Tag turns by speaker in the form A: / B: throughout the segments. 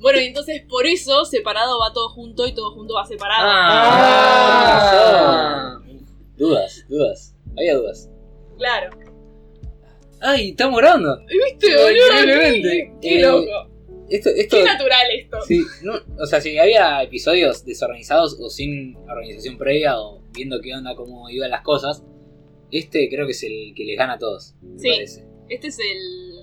A: Bueno, y entonces por eso separado va todo junto y todo junto va separado.
B: Ah.
C: Dudas, dudas. Había dudas.
A: Claro.
C: ¡Ay, estamos grabando!
A: ¿Viste, boludo?
C: Increíblemente.
A: Qué, qué
C: Este Eh,
A: loco.
C: Esto, esto,
A: Qué natural esto.
C: sí, no, o sea, si había episodios desorganizados o sin organización previa o viendo qué onda, cómo iban las cosas, este creo que es el que les gana a todos. me
A: Sí.
C: parece.
A: Este es el.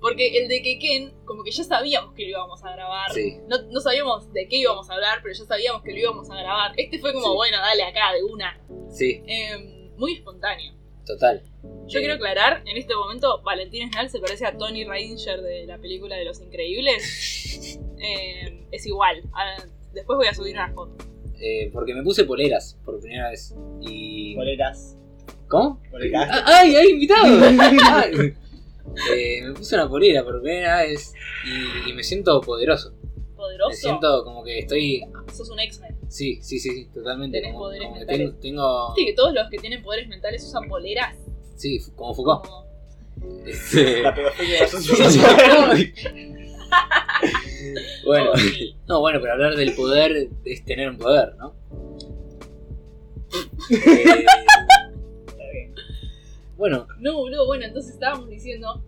A: Porque el de que Ken, como que ya sabíamos que lo íbamos a grabar.
C: Sí.
A: No, no sabíamos de qué íbamos a hablar, pero ya sabíamos que lo íbamos a grabar. Este fue como,
C: Sí.
A: bueno, dale acá, de una.
C: Sí,
A: Em, muy espontáneo.
C: total.
A: Yo
C: Eh,
A: quiero aclarar, en este momento, Valentín Esnal se parece a Tony Reinger de la película de Los Increíbles. Em, es igual. Ah, después voy a subir una foto.
C: eh, porque me puse poleras por primera vez. Y.
B: Boleras.
C: ¿Cómo?
B: Boleras.
C: Ah, ¡Ay, hay invitado! Ah, eh, me puse una polera por primera vez y, y me siento poderoso.
A: Poderoso.
C: Me siento como que estoy.
A: Sos un X-Men.
C: Sí, sí, sí, sí totalmente.
A: Tenés
C: como,
A: poderes
C: como que
A: mentales.
C: tengo, tengo-
A: ¿Viste que todos los que tienen poderes mentales usan poleras?
C: Sí, fu- como Foucault.
A: Como-
C: Este,
B: La pedofilia es un
C: bueno,
A: Sí.
C: no, bueno, pero hablar del poder es tener un poder, ¿no? Eh, bueno,
A: No, boludo, bueno, entonces estábamos diciendo.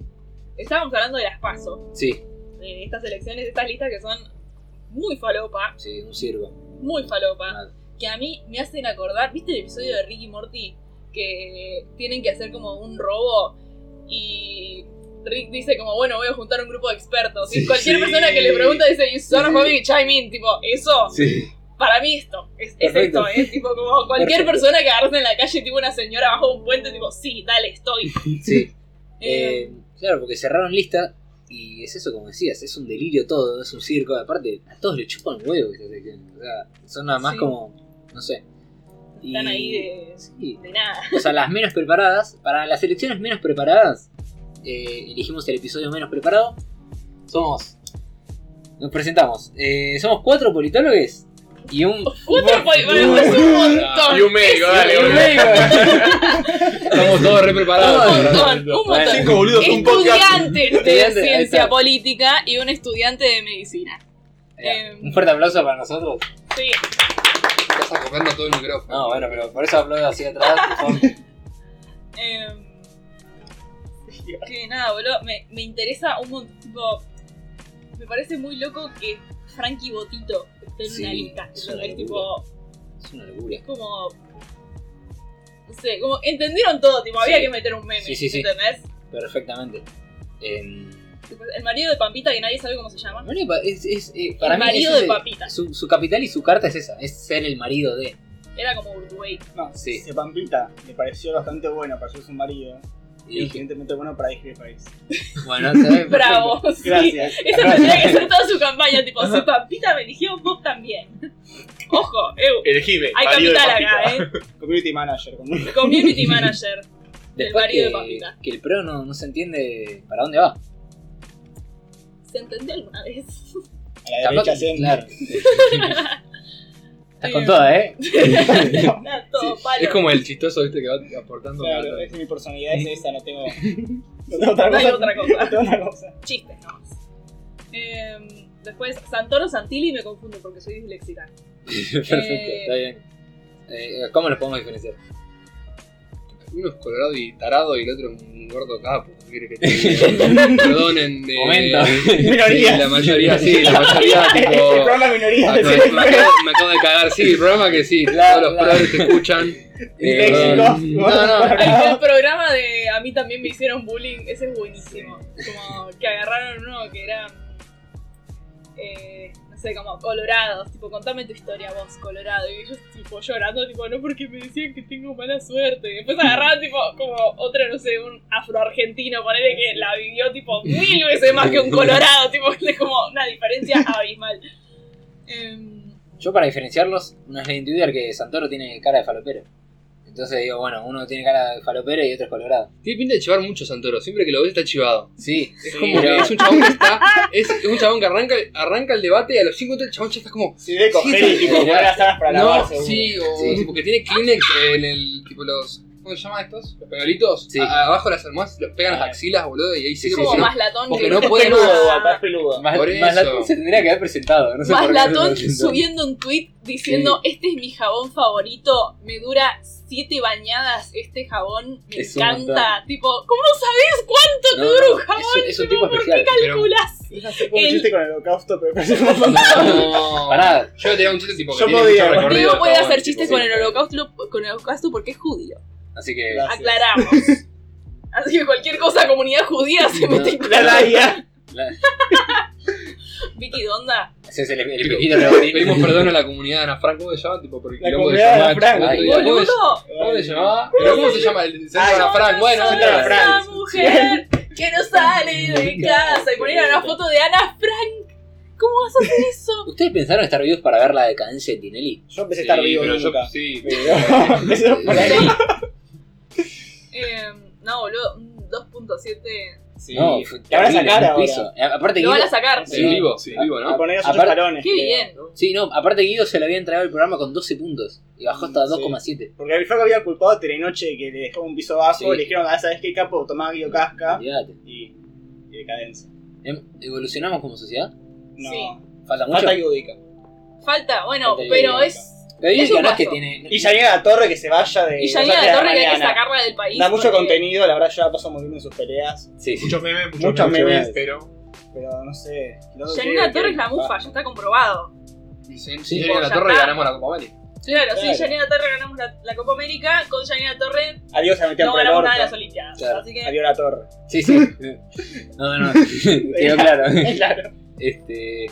A: Estábamos hablando de las PASO,
C: sí,
A: de estas elecciones, de estas listas que son muy falopa,
C: sí, un circo.
A: muy falopa,
C: Mal.
A: que a mí me hacen acordar, ¿viste el episodio de Ricky Morty? Que tienen que hacer como un robo y Rick dice como, bueno, voy a juntar un grupo de expertos. y
C: Sí.
A: cualquier persona que le pregunta dice, you son of a bitch, I mean", tipo, eso,
C: Sí,
A: para mí esto, es, es
C: Perfecto.
A: esto, es tipo como cualquier
C: Perfecto.
A: persona que agarrase en la calle, tipo una señora bajo un puente, tipo, sí, dale, estoy.
C: sí.
A: Eh,
C: Eh, claro, porque cerraron lista y es eso como decías, es un delirio todo, es un circo. Aparte, a todos le chupan huevo esta sección. O sea, son nada más
A: Sí.
C: como, no sé. Y-
A: Están ahí de,
C: Sí.
A: de nada.
C: O sea, las menos preparadas, para las elecciones menos preparadas, eh, elegimos el episodio menos preparado. Somos, nos presentamos, Eh, somos cuatro politólogos y un...
A: Cuatro poli- bueno, es un montón.
D: Y un médico,
A: Es
D: dale,
C: y un
D: boludo. Estamos todos re preparados.
A: Un montón, un
D: Bueno,
A: montón.
B: Cinco boludos, un podcast.
A: Estudiantes de
C: Estudiante, ahí
A: ciencia
C: está.
A: política y un estudiante de medicina.
C: Eh,
A: Eh,
C: un fuerte aplauso para nosotros.
A: Sí,
D: Estás acoplando todo el micrófono.
C: No, bueno, pero por eso aplaudo hacia atrás. por favor.
A: em, que nada, boludo. Me, me interesa un montón. Tipo, me parece muy loco que Frankie Botito esté en
C: Sí,
A: una lista.
C: es
A: Es,
C: una
A: tipo,
C: es una locura.
A: es como. No sé, como entendieron todo, tipo, había
C: Sí.
A: que meter un meme,
C: Sí, sí, sí.
A: ¿entendés?
C: Perfectamente. Em,
A: Tipo, El marido de Pampita, que nadie sabe cómo se llama.
C: bueno, pa- es- es, eh, para
A: el
C: mí
A: marido
C: es
A: de
C: ese-
A: Pampita.
C: Su, su capital y su carta es esa, es ser el marido de.
A: Era como Uruguay.
B: No,
C: Sí.
B: ese Pampita me pareció bastante bueno para ser su marido. Y
C: Y dije,
B: evidentemente bueno para dirigir el país.
C: bueno, ¿sabes?
A: Bravo. sí.
B: Gracias.
A: Esa tendría que ser toda su campaña, tipo, si Pampita me eligió, vos también. Ojo,
C: Eh,
A: eu,
D: Elegime.
A: hay
D: marido de
A: capital
D: Pampita.
A: acá, eh.
B: Community manager. como-
A: Community manager. El
C: Después
A: marido de
C: que,
A: Pampita.
C: que el pro no, no se entiende para dónde va.
A: ¿Se entendió alguna vez?
B: A la
C: Capaz
B: derecha
C: que-
B: siempre.
C: claro. Estás con
A: Eh,
C: toda, ¿eh?
A: nada, todo
D: Sí,
A: palo.
D: Es como el chistoso este que va aportando.
B: Claro,
A: eh.
D: datos.
B: es que mi personalidad es esa, no tengo. No tengo otra
A: No hay
B: cosa.
A: otra cosa.
B: No tengo otra cosa.
A: Chistes nomás. Em, después, Santoro Santilli me confundo porque soy disléxica.
C: Perfecto, está bien. Eh, ¿Cómo los podemos diferenciar?
D: Uno es colorado y tarado y el otro es un gordo capo. ¿qué querés que te diga? Perdonen. eh,
C: Momento.
D: Sí,
B: Minoría.
D: la mayoría, sí, la mayoría,
B: El
D: tipo.
B: problema es minoría.
D: Ah,
B: es
D: no,
B: el
D: me, acabo, me acabo de cagar, sí, el programa que sí,
C: Claro,
D: todos los
C: claro.
D: progres te escuchan.
B: Disléxico.
D: Eh,
B: Bueno,
D: no, no.
B: bueno.
A: El programa de A mí también me hicieron bullying, ese es buenísimo. Como que agarraron uno que era. eh, no sé, como colorados. Tipo, contame tu historia vos, colorado. Y ellos, tipo, llorando, tipo, no porque me decían que tengo mala suerte. Y después agarraron, tipo, como otro, no sé, un afroargentino, ponele que la vivió, tipo, mil veces más que un colorado. Tipo, es como una diferencia abismal. Em,
C: Yo para diferenciarlos, una ley en Twitter que Santoro tiene cara de falopero. Entonces digo, bueno, uno tiene cara de falopero y otro es colorado.
D: Tiene pinta de chivar mucho Santoro, siempre que lo ves está chivado.
C: Sí,
D: Es como
C: pero-
D: que es un chabón que está. Es, es un chabón que arranca, arranca el debate y a los 50 el chabón ya está como.
B: Si debe coger y tipo
C: mira.
B: poner las alas para
D: no,
B: lavarse.
D: sí, o
C: Sí.
D: tipo que tiene Kleenex en el. Tipo los. ¿Cómo se llaman estos? ¿Los pegolitos?
C: Sí.
D: A- abajo de las almohadas los pegan las
B: Ah.
D: axilas, boludo, y ahí
C: Sí,
D: sí,
C: sí,
A: como
C: sí.
A: más latón
D: Porque
A: que
D: no puede-
B: peludo, papá, es peludo.
C: Más,
D: Por
C: más
D: eso.
C: latón se tendría que haber presentado. No sé
A: Más
C: por qué no lo
A: latón
C: presentó.
A: subiendo un tweet diciendo este es mi jabón favorito, me dura siete bañadas este jabón, me
C: Es un
A: encanta. Tipo, ¿cómo sabes cuánto
C: No,
A: te dura
C: no,
A: un jabón?
C: es un- es un tipo
A: ¿Por
C: especial,
A: qué
D: pero-
A: calculás?
B: Es así como un
A: El-
B: chiste con el holocausto, pero parece como
D: No.
C: Pará.
D: Yo tenía un chiste tipo que
B: Yo
D: tiene
B: podía.
D: mucho recorrido.
A: Diego puede
D: está
A: hacer
D: bueno,
A: chistes
D: tipo,
A: con
D: sí.
A: el holocausto, con el holocausto porque es judío.
C: Así que.
B: Gracias.
A: Aclaramos. Así que cualquier cosa comunidad judía se
C: No.
A: mete en
B: la laia.
A: Vicky Donda.
C: Ese es el, el
D: Tipo,
C: pequeño rebotín.
D: Pedimos perdón a la comunidad de Ana Frank, ¿cómo se llama? Tipo, por el
B: La
D: quilombo de
B: comunidad de Ana
D: Yamaha,
B: Frank.
D: tipo,
C: Ay,
D: ¿cómo se-
A: ¡Boludo!
D: ¿Cómo se llamaba? ¿Pero cómo se llama? El centro de
B: Ay,
D: Ana Frank, bueno,
A: Soy
D: centro de
B: Ana
D: Ana Frank.
A: esa
B: Frank.
A: mujer que no sale de casa. Y ponían una foto de Ana Frank. ¿Cómo vas a hacer eso?
C: ¿Ustedes pensaron estar vivos para ver la decadencia de Tinelli?
B: Yo empecé a estar
D: Sí,
B: vivo
D: pero yo-
B: nunca.
D: Sí,
B: Pero- Eso por ahí.
A: Eh, no, boludo. un 2.7.
D: sí.
C: No, fue
B: Te van a
C: terrible,
B: sacar
C: un
B: ahora.
C: piso. Eh, Aparte
A: Lo
C: Guido,
A: van a sacar.
D: Sí, vivo, sí, vivo,
B: Y
D: ¿no?
B: poner esos
C: Aparte-
B: varones.
A: Qué
B: creo.
A: bien.
C: sí, no, aparte Guido se le había entregado el programa con 12 puntos y bajó hasta
B: Sí.
C: 2,7.
B: Porque el flaco había culpado a Telenoche que le dejó un piso bajo,
C: Sí.
B: le dijeron, ah, ¿sabes qué capo? Tomá Guido Casca
C: Olvídate.
B: y, y decadencia.
C: Em, ¿Evolucionamos como sociedad?
B: No,
A: Sí.
C: Falta mucho.
B: falta Yudica.
A: Falta, bueno,
C: Falta
A: pero
B: que-
A: es.
C: Pero yo
A: es
C: digo
A: un
C: no es que
A: paso.
C: tiene.
B: Y Yanina La Torre que se vaya de.
A: Y
B: no
A: Yanina
B: saque
A: la
B: la
A: Torre que hay que
B: mañana.
A: sacarla del país.
B: Da mucho
A: porque-
B: contenido, la verdad ya pasó muy bien en sus peleas,
C: Sí, sí.
E: Muchos memes, muchos,
B: Muchos
E: memes.
B: memes.
E: Pero
B: pero no sé.
A: Yanina la Torre es la mufa, ya está comprobado.
D: Sin
C: Sí,
D: sí,
A: ya
D: la
A: está.
D: torre y ganamos la Copa América.
A: Claro,
B: Claro.
A: si Yanina la Torre ganamos la, la Copa América, con Yanina la Torre
B: Ah, Adiós se metían
A: no
B: por el
A: ganamos
B: orto.
A: nada de las Olimpiadas.
C: Claro.
A: Así que.
B: Adiós La Torre.
C: Sí, sí. No, no, quedó claro.
B: claro.
C: Este.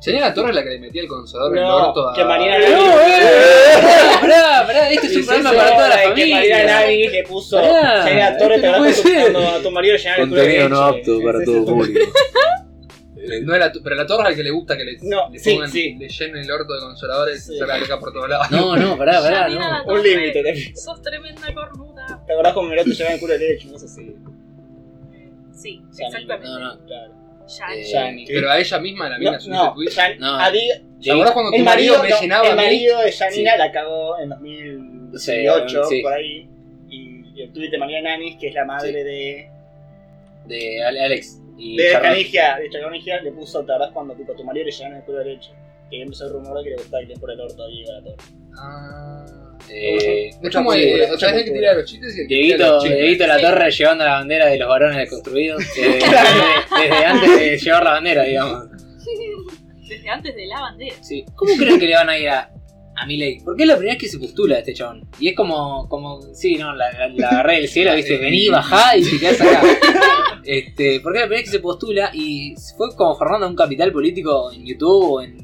D: Sería la torre es la que le metía el condensador en el
B: No,
D: orto a...
B: que Mariana
C: ¡No,
B: Nagui-
C: eh! ¡Pará, pará! Este es
B: Sí,
C: un
B: sí,
C: programa
B: sí,
C: para toda la
B: que Mariana
C: familia.
B: Nagui le puso.
C: Pará,
B: Yanina La Torre
A: Este
C: esto
B: te
C: no
B: va
C: puede ser.
B: a tu marido llenar el culo de leche. Sí, sí, sí.
C: público.
D: No era tu- pero la torre es al que le gusta que le,
B: No,
D: le
B: sí,
D: pongan,
B: sí.
D: le llenen el orto de consoladores y
B: Sí.
D: saca la caca por todos lados.
C: No, no, pará, pará,
A: Yanina
C: Ah, no.
A: la
B: Un
A: Torre,
B: límite, te-
A: Sos tremenda cornuda.
B: ¿te acordás cómo Merato llenar el culo de leche? No sé si.
A: Sí,
B: Yanina.
A: exactamente.
C: No, no.
B: Claro.
A: Yanina.
C: Eh,
B: Yanni.
D: Pero a ella misma, la mina,
B: No,
D: subió
B: no,
D: el tweet.
B: Yan-
C: No.
B: Adi-
D: ¿Te acordás cuando
B: el
D: tu marido,
B: marido,
D: me
B: no,
D: llenaba
B: el
D: a mí?
B: marido de Yanina la cagó en 2018,
C: Sí, sí.
B: por ahí. Y, y el tuit de María Nanis, que es la madre de,
C: De Ale- Alex. Y
B: de
C: Charlotte.
B: Canigia, de Canigia, le puso, ¿te acordás cuando tipo, tu marido le llenaron el culo de leche? Que empezó el rumor de que le gustaba que le por el orto a Diego a la torre.
D: Ah.
C: Eh,
D: Es como
C: mucha
D: el,
C: cultura.
D: o sea, es el que tira los chistes y el que tira
C: Dieguito,
D: los chistes.
C: Dieguito La
A: Sí.
C: Torre llevando la bandera de los varones desconstruidos eh, desde, desde antes de llevar la bandera, digamos.
A: Desde antes de la bandera.
C: Sí. ¿Cómo creen que le van a ir a, a Milei? Porque es la primera vez que se postula este chabón. Y es como, como sí, no, la, la- la agarré del cielo, viste, vení, bajá y te quedás acá. Este, porque es la primera vez que se postula y fue como formando un capital político en YouTube o en,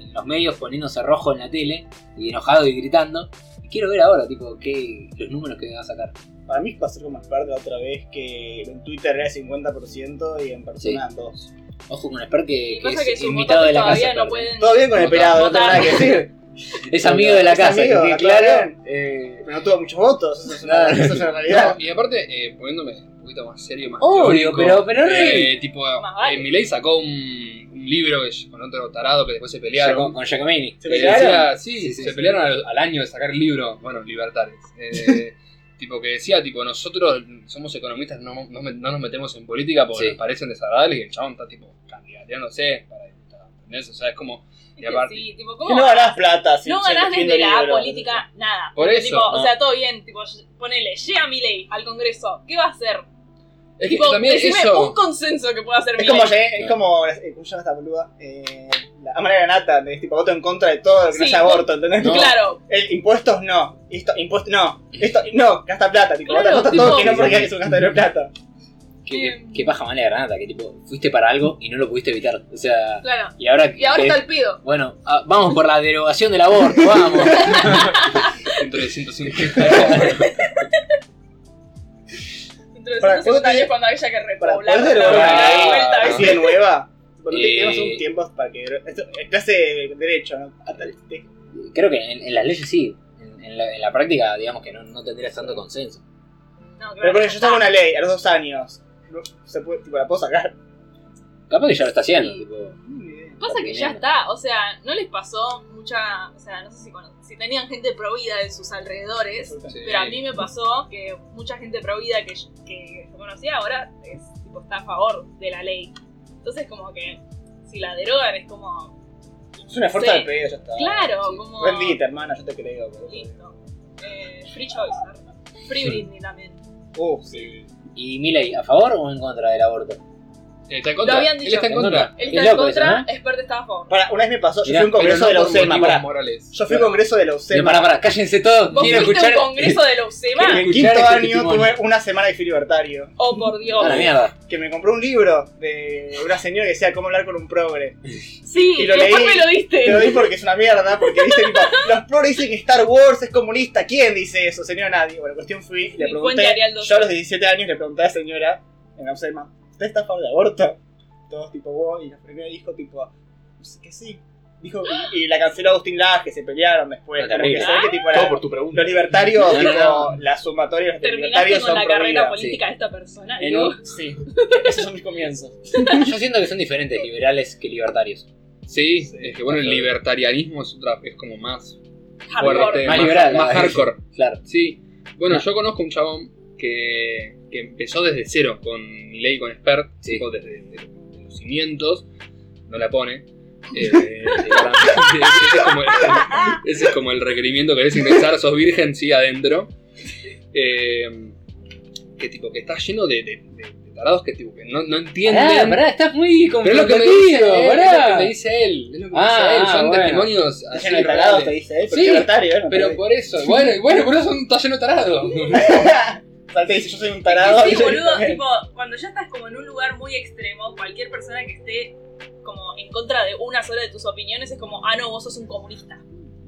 C: en los medios poniéndose rojo en la tele y enojado y gritando. Y quiero ver ahora, tipo, qué, los números que va a sacar.
B: Para mí va a ser como Expert la otra vez, que en Twitter era 50% y en persona 2.
C: Ojo con Esper que,
A: Y
C: que
A: pasa que
C: es
A: sus
C: invitado de
A: votantes
C: la
A: todavía
C: casa.
A: no
C: Esper.
A: pueden.
B: Todo bien con el
D: Votar,
B: pelado, no tengo
A: votar.
B: nada que decir.
C: Es amigo de la
B: Es
C: casa, que
B: amigo,
C: quede
B: está
C: claro.
B: bien.
C: Eh,
B: Pero no tuvo muchos votos, eso es una,
C: Claro.
B: eso es una
D: No,
B: realidad.
D: y aparte, eh, poniéndome un poquito más serio, más
C: Obvio,
D: teórico,
C: pero, pero re-
D: eh, tipo,
A: Más vale.
D: eh, Milei sacó un, un libro que- con otro tarado que después se
C: ya
D: pelearon.
C: con, con Giacomini.
B: ¿Se
D: Eh,
B: pelearon?
D: decía- sí,
C: Sí, sí,
D: se
C: sí.
D: pelearon al, al año de sacar el libro, bueno, libertarios. Eh, tipo que decía, tipo, nosotros somos economistas, no, no me- no nos metemos en política porque
C: Sí.
D: nos parecen desagradables y el chabón está, tipo, candidateándose para diputado, ¿entendés? O sea, es como...
A: Es que
D: Y aparte-
A: sí, tipo,
B: Que
A: ¿cómo
B: no
A: vas a
B: ganás plata. si-
A: No
B: si
A: ganás
B: escribiendo
A: desde la
B: libros.
A: política nada.
D: Por
A: Porque,
D: eso,
A: tipo,
C: no.
A: O sea, todo bien, tipo, ponele, llega mi ley al Congreso, ¿qué va a hacer?
D: Es que
A: tipo,
D: también
A: decime
D: eso...
A: un consenso que pueda hacer mi
B: Es como,
A: ley.
B: es como eh, ¿cómo se llama esta boluda? Eh, la Amara Granata, de tipo voto en contra de todo lo que no
A: Sí,
B: sea aborto, ¿entendés?
C: no.
A: Claro,
B: El, impuestos no, esto, impuestos no, esto no, gasta plata, tipo,
A: Claro,
B: vota, vota
A: tipo-
B: todo que no porque es un gasto de plata.
C: Que,
A: Mm.
C: que paja mala granata, que tipo, fuiste para algo y no lo pudiste evitar. O sea,
A: claro.
C: y ahora.
A: Y ahora
C: que-
A: está el pido.
C: Bueno, ah, vamos por la derogación del aborto, vamos.
D: Entre 150.
A: Dentro de
B: Para,
A: 150
B: ¿puedo
A: años cuando haya que
B: Para
A: repoblar.
B: poder
A: la vuelta,
B: derogar una
D: Ah,
A: la vuelta,
B: ley
A: ¿viste?
B: así de nueva, porque
C: Eh.
B: tenemos un tiempo para que... Esto, es clase de derecho, ¿no? Hasta el- este. de-
C: Creo que en, en las leyes sí. En, en la, en la práctica, digamos que no, no tendrías tanto consenso.
A: No,
B: Pero
A: claro.
B: porque yo tengo una ley, a los dos años, no se puede, tipo, la puedo sacar.
C: Capaz que ya lo está haciendo,
A: Sí.
C: tipo.
A: Pasa que ya está, o sea, ¿no les pasó mucha, o sea, no sé si, cono- si tenían gente provida en sus alrededores,
D: Sí.
A: pero a mí me pasó que mucha gente provida que, yo- que yo conocía ahora es, tipo, está a favor de la ley. Entonces como que si la derogan es como,
B: Es un esfuerzo
A: Sí.
B: de pedido, ya está.
A: claro,
D: sí.
A: como...
B: Rendite, hermana, yo te creo. boludo.
A: Listo. Eh, free choice. ¿no? Free Britney también.
B: Uf, sí.
D: Sí.
C: ¿Y Miley a favor o en contra del aborto?
D: Eh, Está en contra.
A: Lo habían
D: Él
A: dicho.
D: está en
C: En
D: contra.
C: contra.
A: Él
C: Qué
A: está en
C: loco eso,
A: contra,
C: ¿no?
A: Expert está a favor.
B: Pará, una vez me pasó, yo
C: Mirá,
B: fui a un congreso de
D: pero
B: la
D: no por
B: UCEMA,
D: motivos
B: pará.
D: morales.
B: Yo fui a un congreso de la
C: Pero
B: UCEMA.
C: para, para, cállense todos.
A: ¿Vos
C: Quiero
A: fuiste
C: escuchar.
A: a un congreso de la UCEMA?
C: ¿Qué?
B: En
C: Escuchar
B: quinto
C: este
B: año
C: testimonio.
B: tuve una semana que fui libertario,
A: Oh, por Dios.
C: A Ah, la mierda.
B: que me compró un libro de una señora que decía cómo hablar con un progre.
A: Sí,
B: Y lo
A: después
B: leí.
A: me lo
B: Te lo
A: diste.
B: di porque es una mierda, porque viste, tipo, los progres dicen que Star Wars es comunista. ¿Quién dice eso? Señor nadie. Bueno, cuestión fui, le
A: Ni cuenta
B: pregunté,
A: haría el
B: yo a
A: doctor.
B: los 17 años le pregunté a la señora en la UCEMA, ¿usted está a favor de aborto? Todos tipo vos, y la primera dijo tipo, que sí. Dijo, y, y la canceló Agustín Laje, que se pelearon después.
C: Ah,
B: Como
C: terrible.
B: que se ve que, tipo,
E: Todo
B: la-
E: por tu pregunta.
B: los libertarios,
C: No,
B: tipo,
C: no.
B: la sumatoria de los
A: Terminaste
B: libertarios
A: con
B: son
A: la
B: pro
A: carrera
B: vida.
A: política de esta persona.
C: En
A: digo.
C: un-
B: Sí, esos son mis comienzos.
C: Yo siento que son diferentes liberales que libertarios.
D: Sí,
B: Sí.
D: es que bueno, el libertarianismo es, otra, es como más
A: Hardcore.
D: fuerte,
C: Más
D: más,
C: liberal,
D: más
C: ah,
D: hardcore.
C: Claro.
D: Sí. Bueno,
C: No.
D: yo conozco un chabón que, que empezó desde cero con Milei, con Spert,
C: Sí.
D: tipo, desde, desde los cimientos, no la pone. Eh, eh, ese, es como el, ese es como el requerimiento que debes ingresar, sos virgen, sí, adentro. Eh, que tipo, que está lleno de, de- de- de tarados que tipo, que no, no entienden.
C: Pará, pará, estás muy
D: Pero es lo que me
C: confrontativo,
D: dice
A: eh,
D: él, es lo que
C: pará.
D: me dice él, es lo que me
C: Ah,
D: dice él, son
C: ah, bueno.
D: testimonios
B: Está
D: así
B: lleno de
D: reales.
B: tarados, te dice, ¿eh? Pero
D: Sí,
B: es libertario, ¿eh? No
D: Pero por eso, bueno, y bueno, por eso son talleros tarados.
B: O sea, te dice, yo soy un tarado.
A: Sí,
B: y yo-
A: boludo, tipo, cuando ya estás como en un lugar muy extremo, cualquier persona que esté como en contra de una sola de tus opiniones es como, ah, no, vos sos un comunista.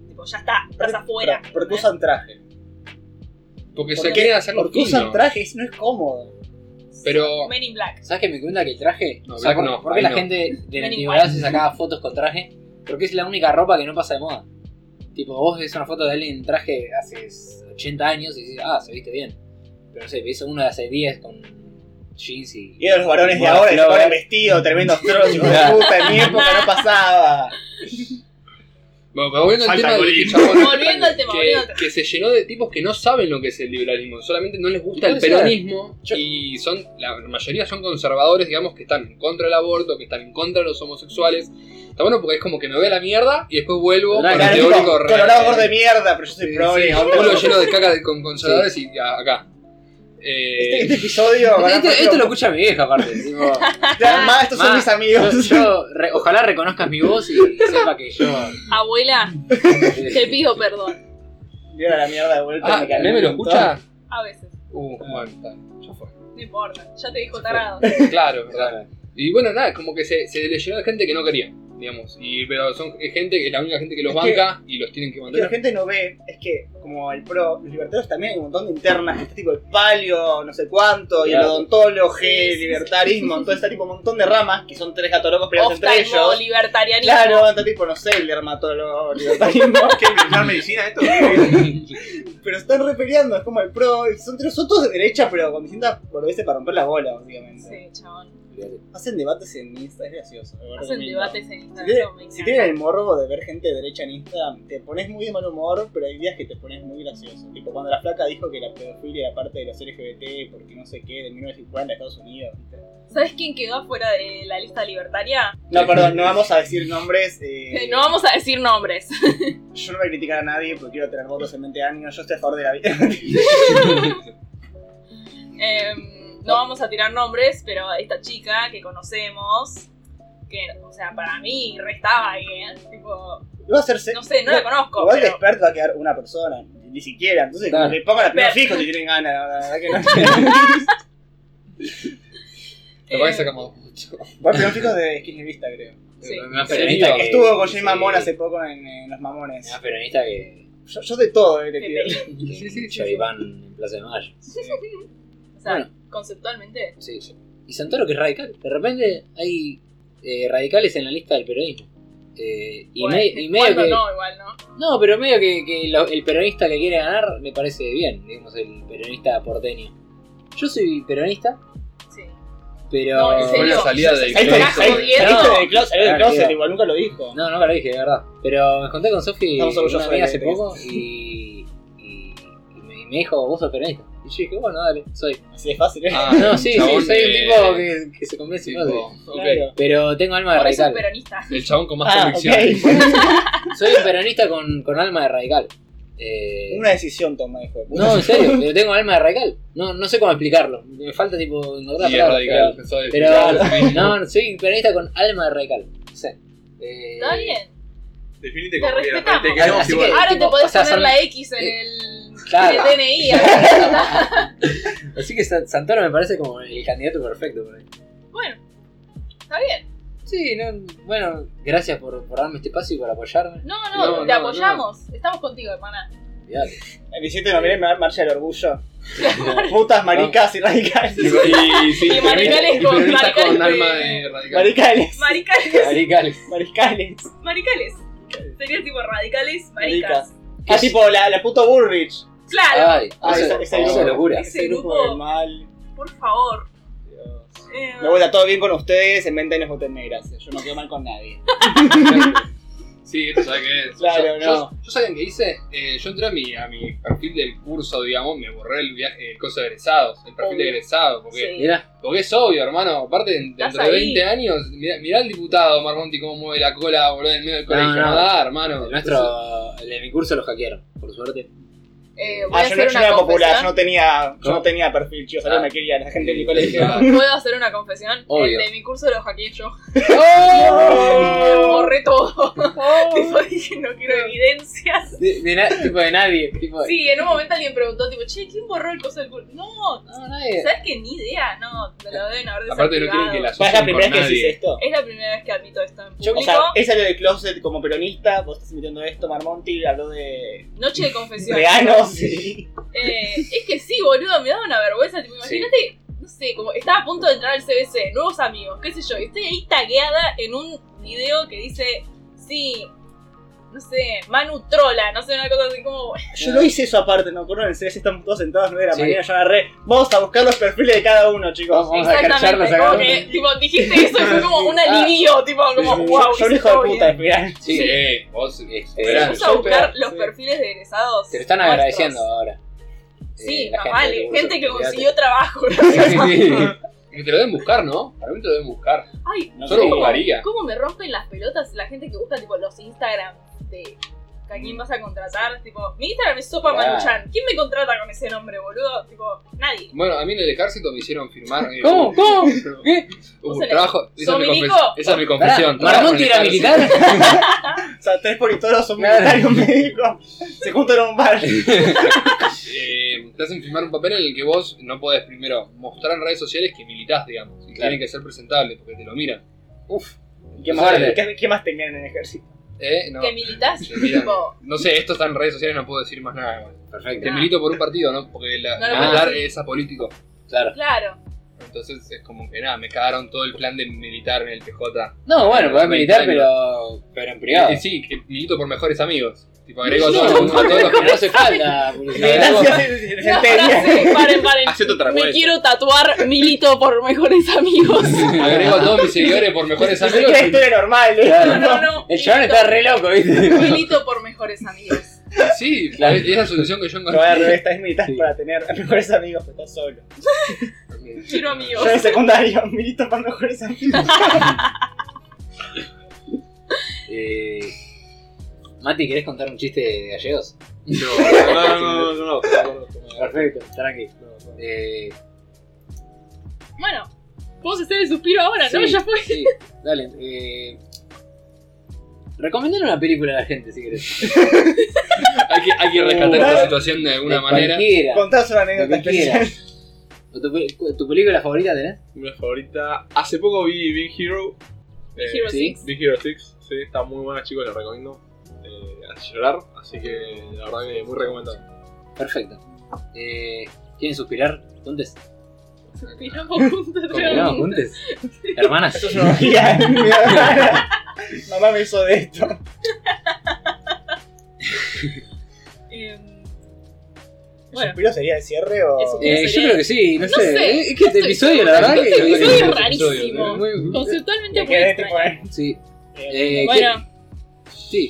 A: Tipo, ya está, estás afuera.
B: Pero- Porque usan traje.
D: Porque se
B: Porque-
D: quieren hacer los
B: Porque usan
D: finos.
B: trajes, no es cómodo.
D: Pero
A: Men in Black.
C: ¿Sabes que me cuenta que el traje?
D: No,
C: o sea, ¿por,
D: Black no,
C: por qué
D: ahí
C: la
D: no.
C: gente de la
A: Men in
C: antigüedad
A: White.
C: se sacaba fotos con traje? Porque es la única ropa que no pasa de moda. Tipo, vos ves una foto de alguien en traje hace 80 años y dices, ah, se viste bien. Pero no sé, ves uno de hace 10 con jeans y.
B: Y eran los varones de
C: Bueno,
B: ahora que se
C: claro.
B: ponen vestidos, tremendos trolls, hijos de
C: Claro.
B: puta. En mi época no pasaba.
D: Bueno, pero volviendo al
E: Falta
D: tema de
E: Colín.
D: este chabón,
A: Volviendo al tema,
D: que,
A: volviendo al tema.
D: que se llenó de tipos que no saben lo que es el liberalismo, solamente no les gusta
C: Y
D: el
C: puede ser.
D: peronismo
C: Yo-
D: y son la mayoría son conservadores, digamos, que están en contra del aborto, que están en contra de los homosexuales. Está bueno porque es como que me voy a la mierda y después vuelvo
C: Claro,
D: con
B: Claro,
D: el
B: tipo,
D: teórico re-
B: Colorado gordo de mierda, pero yo soy
D: Sí,
B: pro.
D: sí,
B: y
D: un
B: hombre.
D: culo lleno de caca de- con conservadores y a- acá.
B: Este,
D: Eh,
B: este episodio,
C: Este-
B: ¿verdad?
C: Esto, esto lo escucha mi vieja, aparte. tipo,
B: Ya, ma, estos
C: Ma,
B: son mis
C: yo-
B: amigos.
C: yo re- ojalá reconozcas mi voz y sepa que yo.
A: Abuela, te pido perdón.
B: Mira la mierda de vuelta.
D: ah,
B: calmé
D: ¿Neme lo
B: un
D: escucha?
A: A veces.
D: Uh, bueno, está, ya fue.
A: No importa, ya te dijo tarado.
D: Claro, verdad. Y bueno, nada, como que se, se le llenó de gente que no quería, digamos. Y, pero son gente que es la única gente que los
B: Es que-
D: banca y los tienen que
B: Lo que la
D: mantener.
B: gente no ve es que, como el pro, los libertarios también hay un montón de internas, este tipo de palio, no sé cuánto, y el
C: Claro.
B: odontólogo,
A: Sí, sí,
B: el
A: sí.
B: libertarismo, entonces está tipo un montón de ramas que son tres gatorocos peleados entre
A: Oftalmo,
B: ellos.
A: libertarianismo.
B: Claro, está tipo, no sé, el dermatólogo, libertarismo,
E: ¿Qué? ¿Militar medicina esto?
B: pero están repeleando, es como el pro, y son, son todos de derecha, pero con distintas boludeces para romper las bolas, básicamente.
A: Sí, chabón.
B: Hacen debates en Insta, es gracioso. de verdad,
A: Hacen
B: me
A: debates en
B: Si tiene-
A: Instagram. me
B: Si
A: encanta.
B: tienes el morbo de ver gente derecha en Instagram, te pones muy de mal humor, pero hay días que te pones muy gracioso. Tipo cuando la flaca dijo que la pedofilia era parte de los LGBT, porque no sé qué, de 1950 de Estados Unidos. ¿viste?
A: ¿Sabes quién quedó fuera de la lista libertaria?
B: No, perdón, no vamos a decir nombres. eh,
A: Eh, No vamos a decir nombres.
B: Yo no voy a criticar a nadie porque quiero tener votos en 20 años. Yo estoy a favor de la vida.
A: Em, no vamos a tirar nombres, pero esta chica que conocemos, que, o sea, para mí restaba bien. Tipo,
B: Va a ser se-
A: no sé, no la conozco,
B: Igual de
A: pero
B: expert va a quedar una persona, ni siquiera. Entonces,
C: Claro.
B: le pongo la plata
A: Pero-
B: fijo si tienen ganas. La verdad que no.
D: Me parece como. eh,
B: Igual plano fijo es de kirchnerista, creo.
A: eh, sí.
C: Más peronista que.
B: Estuvo con Jay
C: sí.
B: Mamón hace poco en, eh, Los Mamones.
C: Más peronista que.
B: Yo, yo de todo, eh, te
A: Que
B: pido.
C: que
D: Sí, sí, sí, sí.
C: Choripán en Plaza de Mayo.
A: o sea,
C: Bueno.
A: conceptualmente.
C: Sí, sí. Y Santoro que es radical. De repente hay eh, radicales en la lista del peronismo. Eh, y,
A: bueno,
C: me- y medio
A: ¿cuándo
C: que.
A: no, igual, ¿no?
C: No, pero medio que, que lo- el peronista que quiere ganar me parece bien, digamos, el peronista porteño. Yo soy peronista,
A: Sí.
C: Pero.
A: No, en
D: Fue
A: serio.
D: la salida de
A: Ahí está,
D: Closet.
A: ahí está.
B: Saliste del closet, salió del
C: Claro,
B: closet,
C: tío.
B: igual nunca lo dijo.
C: No, nunca lo dije, de verdad. Pero me conté con Sofi
B: Estamos
C: una
B: orgullosos
C: amiga
B: de
C: hace
B: que
C: poco y, y, y me, y me dijo, vos sos peronista. Y yo dije, bueno, dale, soy.
B: Así de fácil, ¿eh?
D: Ah,
C: No, sí, sí, soy
D: chabón
C: un
A: eh,
D: de-
C: tipo que, que se convence
D: tipo,
C: más de-
D: ok.
B: Claro.
C: Pero tengo alma de
A: Por eso es
C: Ah, radical.
A: peronista.
D: El chabón con más
B: Ah,
D: convicción.
B: ok.
C: Soy un peronista con, con alma de radical. Eh,
B: Una decisión toma, hijo de puta.
C: No, en serio, pero tengo alma de radical. No, no sé cómo explicarlo. Me falta tipo encontrar
D: Y es
C: palabras,
D: radical.
C: pero-
D: soy-
C: Pero,
D: sí.
C: no, soy peronista con alma de radical. No sé. Eh,
A: Está bien.
E: Definite
A: Te
E: como quieras,
A: respetamos.
E: te queremos
C: Así
E: igual.
C: que-
A: Ahora
C: tipo,
A: te podés
C: o sea,
A: poner
C: son-
A: la X en
C: eh,
A: el,
C: claro.
A: en el DNI.
C: Así que San- Santoro me parece como el candidato perfecto por ahí.
A: bueno, está bien.
C: Sí, no, bueno, gracias por, por darme este espacio y por apoyarme.
A: No, no,
D: No,
A: te
D: no,
A: apoyamos. Estamos contigo, hermana.
C: Olvidate.
B: El 17 de noviembre me da marcha del orgullo. Putas maricas y radicales.
D: Y, y, sí,
A: Y maricales
D: y
A: con-
D: peronistas
A: maricales
D: con alma
A: de-
D: de radical.
B: Maricales.
A: Maricales.
C: Radicales.
B: Maricales.
A: Maricales. Sería tipo radicales, maricas.
B: Ah, tipo la, la puta Bullrich.
A: Claro,
C: Ay,
B: Ah,
C: eso,
B: esa- esa
C: eso es
B: locura.
C: locura.
A: Ese
B: Ese
A: grupo.
B: grupo del mal.
A: por favor. Eh,
B: Me vuelta todo bien con ustedes, en venta y les voten negras. Yo no quedo mal con nadie.
D: Sí, esto sabes qué es.
B: Claro,
D: yo,
B: no.
D: yo, yo saben qué hice, Eh, yo entré a mi, a mi perfil del curso, digamos, me borré el viaje, el coso de egresados, el perfil de
A: Obvio.
D: egresados, porque
A: sí.
C: Mirá,
D: Porque es obvio, hermano. Aparte, en- dentro
A: Estás
D: de
A: ahí.
D: 20 años, mirá, mirá al diputado Marmonti cómo mueve la cola, boludo, en medio del
C: No,
D: colegio.
C: no.
D: No, da, hermano.
C: el nuestro, el de mi curso lo hackearon, por suerte.
A: Eh, voy a
B: Ah, yo no,
A: hacer
B: yo no
A: una
B: era popular, yo
A: confesión.
B: no tenía, yo
C: ¿No?
B: no tenía perfil, chicos,
D: Ah.
B: solo me quería la gente de mi
D: Sí,
B: colegio.
D: claro.
A: ¿Puedo hacer una confesión?
C: Obvio.
A: El de mi curso lo hackeé yo.
C: ¡Oh!
A: Borré todo.
D: Oh.
A: tipo dije, no quiero evidencias.
C: De, de na- tipo de nadie. Tipo,
A: Sí, en un momento alguien preguntó, tipo, che, ¿quién borró el coso del curso? No,
C: No, nadie.
A: ¿sabes qué? Ni idea. No, me lo deben haber
D: Aparte, no
A: desactivado.
D: quieren que la
B: ¿Cuál es la
D: asocien
B: primera vez
D: con
B: que decís
D: nadie.
B: esto?
A: Es la primera vez que admito esto en
B: Yo,
A: público.
B: o sea, él salió del closet como peronista, vos estás metiendo esto, Marmonti habló de
A: Noche de confesión.
B: reanos y...
A: Eh, es que sí, boludo, me daba una vergüenza. Tipo, imagínate, no sé, como estaba a punto de entrar al CBC, nuevos amigos, qué sé yo, y estoy ahí tagueada en un video que dice, sí, no sé, Manu trola, no sé, una cosa así como.
B: Yo no hice eso aparte, no acuerdo, en el CS estamos todos sentados a 9 de la
C: Sí.
B: mañana, yo agarré, vamos a buscar los perfiles de cada uno, chicos.
C: Vamos a Ah. cacharlos
A: Exactamente,
C: acá.
A: como que, tipo, dijiste eso y fue como un alivio, tipo, como,
B: Yo-
A: wow,
B: yo un hijo de puta, espiral.
D: Sí,
A: Sí.
D: eh, vos. eh,
C: Sí.
D: verán.
A: Vamos a buscar
B: Súper,
A: los
B: sí.
A: perfiles de egresados.
C: Se este, lo están
A: nuestros.
C: agradeciendo ahora.
A: Sí,
C: Eh, la
A: más
C: gente
A: vale,
C: del curso,
A: gente que
C: olvídate.
A: consiguió trabajo.
C: Sí, sí.
D: Que te lo deben buscar, ¿no? Para mí te lo deben buscar.
A: Ay,
B: No
D: Yo lo
B: sé.
D: buscaría.
A: ¿Cómo me rompen las pelotas la gente que busca tipo los Instagram de a
D: Mm.
A: quién vas a contratar? Tipo, mi Instagram es Sopa
C: Claro.
A: Maruchan. ¿Quién me contrata con ese nombre, boludo? Tipo, nadie.
D: Bueno, a mí en el ejército me hicieron firmar. eh,
C: ¿Cómo?
D: un-
C: ¿Cómo? ¿Qué?
D: un
A: ¿Sos
D: trabajo. Esa es, mi
A: milico?
D: confes- esa es mi confesión.
C: Pará,
D: trabajo en
C: ¿Marmonti
D: el
C: era
D: ejército.
C: militar?
B: O sea, tres politoros son
C: Claro.
B: militarios médicos, se juntan en un bar.
D: Eh, te hacen firmar un papel en el que vos no podés primero mostrar en redes sociales que militás, digamos. Y
C: Claro.
D: Tienen que ser presentables porque te lo miran.
C: Uf.
B: ¿Qué más,
C: Vale.
B: qué- qué más tenían en el ejército?
D: Eh, no.
A: ¿Que militas?
D: Te miran.
A: tipo,
D: No sé, esto está en redes sociales, no puedo decir más nada. igual.
C: Perfecto.
D: Te milito por un partido, ¿no? Porque la,
A: No lo
D: la
A: puedo
D: militar
A: decir.
D: es apolítico.
C: Claro.
A: claro.
D: Entonces es como que nada, me cagaron todo el plan de militar en el PJ.
C: No, bueno, podés
D: Veinte
C: militar,
D: años.
C: pero, pero en privado.
D: Eh, sí, que milito por mejores amigos. Tipo, agrego
C: No,
D: todo,
C: no,
D: a todos los
C: no,
D: que
C: no hace falta publicidad.
B: Gracias,
A: Una
B: Centenia.
A: frase, paren, paren.
D: Hacete otra
A: Me
D: vuelta.
A: quiero tatuar Milito por mejores amigos.
D: Agrego a todos mis seguidores por
B: Es
D: mejores amigos.
B: una historia normal, ¿eh?
C: Claro.
A: No, no, no.
C: El chabón
A: Milito-
C: está re loco, ¿viste?
A: Milito por mejores amigos.
D: Sí, la- es la solución que yo
B: No,
D: encontré.
B: al revés, estás militar
C: Sí.
B: para tener mejores amigos, pero estás solo.
A: Quiero amigos.
B: Yo en secundario, milito para mejores amigos.
C: Eh, Mati, ¿querés contar un chiste de gallegos?
E: No, no, no, no, no, no, no.
C: Perfecto, tranqui. Eh,
A: Bueno, vamos a hacer el suspiro ahora, ¿no?
C: sí,
A: Ya fue.
C: sí, dale. Eh, recomendar una película a la gente, si querés.
D: Hay que, hay que rescatar esta situación de alguna
C: De
D: manera.
C: Cualquiera.
B: Contás una
C: Lo
B: anécdota
C: que
B: especial.
C: quieras. ¿O ¿Tu, pe- tu película favorita tenés?
E: Mi favorita. Hace poco vi Big Hero. eh,
A: Hero
C: sí.
A: Six.
E: Big Hero 6, sí, está muy buena, chicos, la recomiendo. Eh, hace llorar, así que la verdad que muy recomendable.
C: Perfecto. Eh, ¿Quieren suspirar? ¿Juntes?
A: Suspiramos juntos.
C: No, juntes. Hermanas. Eh,
B: Eso es una orgía. Mi hermana- Mamá me hizo de esto.
A: Em,
B: ¿El
A: Bueno.
B: suspiro sería el cierre o.?
A: Es un-
C: Eh, yo creo que sí, no,
A: No sé,
C: Es que
A: no
C: este
A: estoy
C: episodio, la
A: segura.
C: verdad, que.
A: Este episodio
D: es
C: que-
A: rarísimo.
C: Muy-
A: Conceptualmente
B: Me
A: muy
B: quedé
A: extraño.
B: tipo, eh.
C: Sí.
B: eh,
C: Eh,
A: Bueno,
C: Sí.